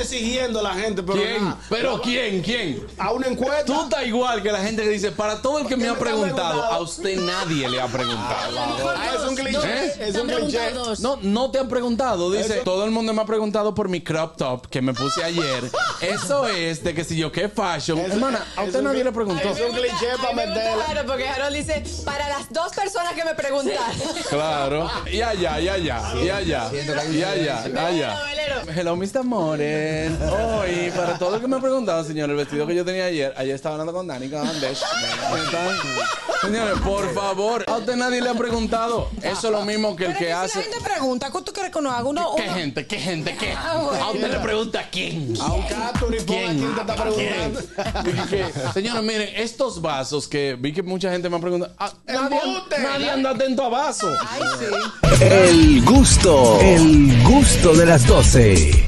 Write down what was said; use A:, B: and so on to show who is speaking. A: exigiendo a la gente, pero
B: ¿Quién?
A: nada.
B: ¿Pero quién? ¿Quién?
A: A una encuesta.
B: Tú estás igual que la gente que dice, para todo el que me
A: me
B: ha
A: está
B: preguntado,
A: preguntando?
B: a usted nadie le ha preguntado.
A: Ah, es un cliché.
B: ¿Eh?
A: Es un cliché.
B: No, no te han preguntado. Dice, todo el mundo me ha preguntado por mi crop top que me puse ayer. Eso es de que si yo qué fashion.
A: Eso-
B: Hermana, a usted
A: eso-
B: nadie le preguntó.
A: eso- un cliché para meterla.
C: Claro, porque Harold dice, para las dos personas que me preguntaron.
B: Claro. Y allá, y allá, y allá. Y allá, allá.
C: Velero, velero.
B: Hello, mis amores. Hoy, para todo el que me ha preguntado, señor, el vestido que yo tenía ayer, ayer estaba hablando con Dani Gandesh. Señores, por favor, a usted nadie le ha preguntado. Eso es lo mismo que el
D: Pero
B: que
D: es
B: hace.
D: Si la gente pregunta, ¿cómo tú quieres que nos haga uno?
E: ¿Qué
D: uno-
E: gente? ¿Qué gente? ¿Qué?
D: Ah, bueno. Ah,
E: A usted le pregunta a quién.
A: A un Catherine, pon
E: ¿Quién?
A: aquí, te está preguntando.
B: Señores, miren, estos vasos que vi que mucha gente me ha preguntado. ah, nadie,
A: ¡Embuste!
B: nadie anda atento a vasos.
F: El gusto, el gusto de las 12.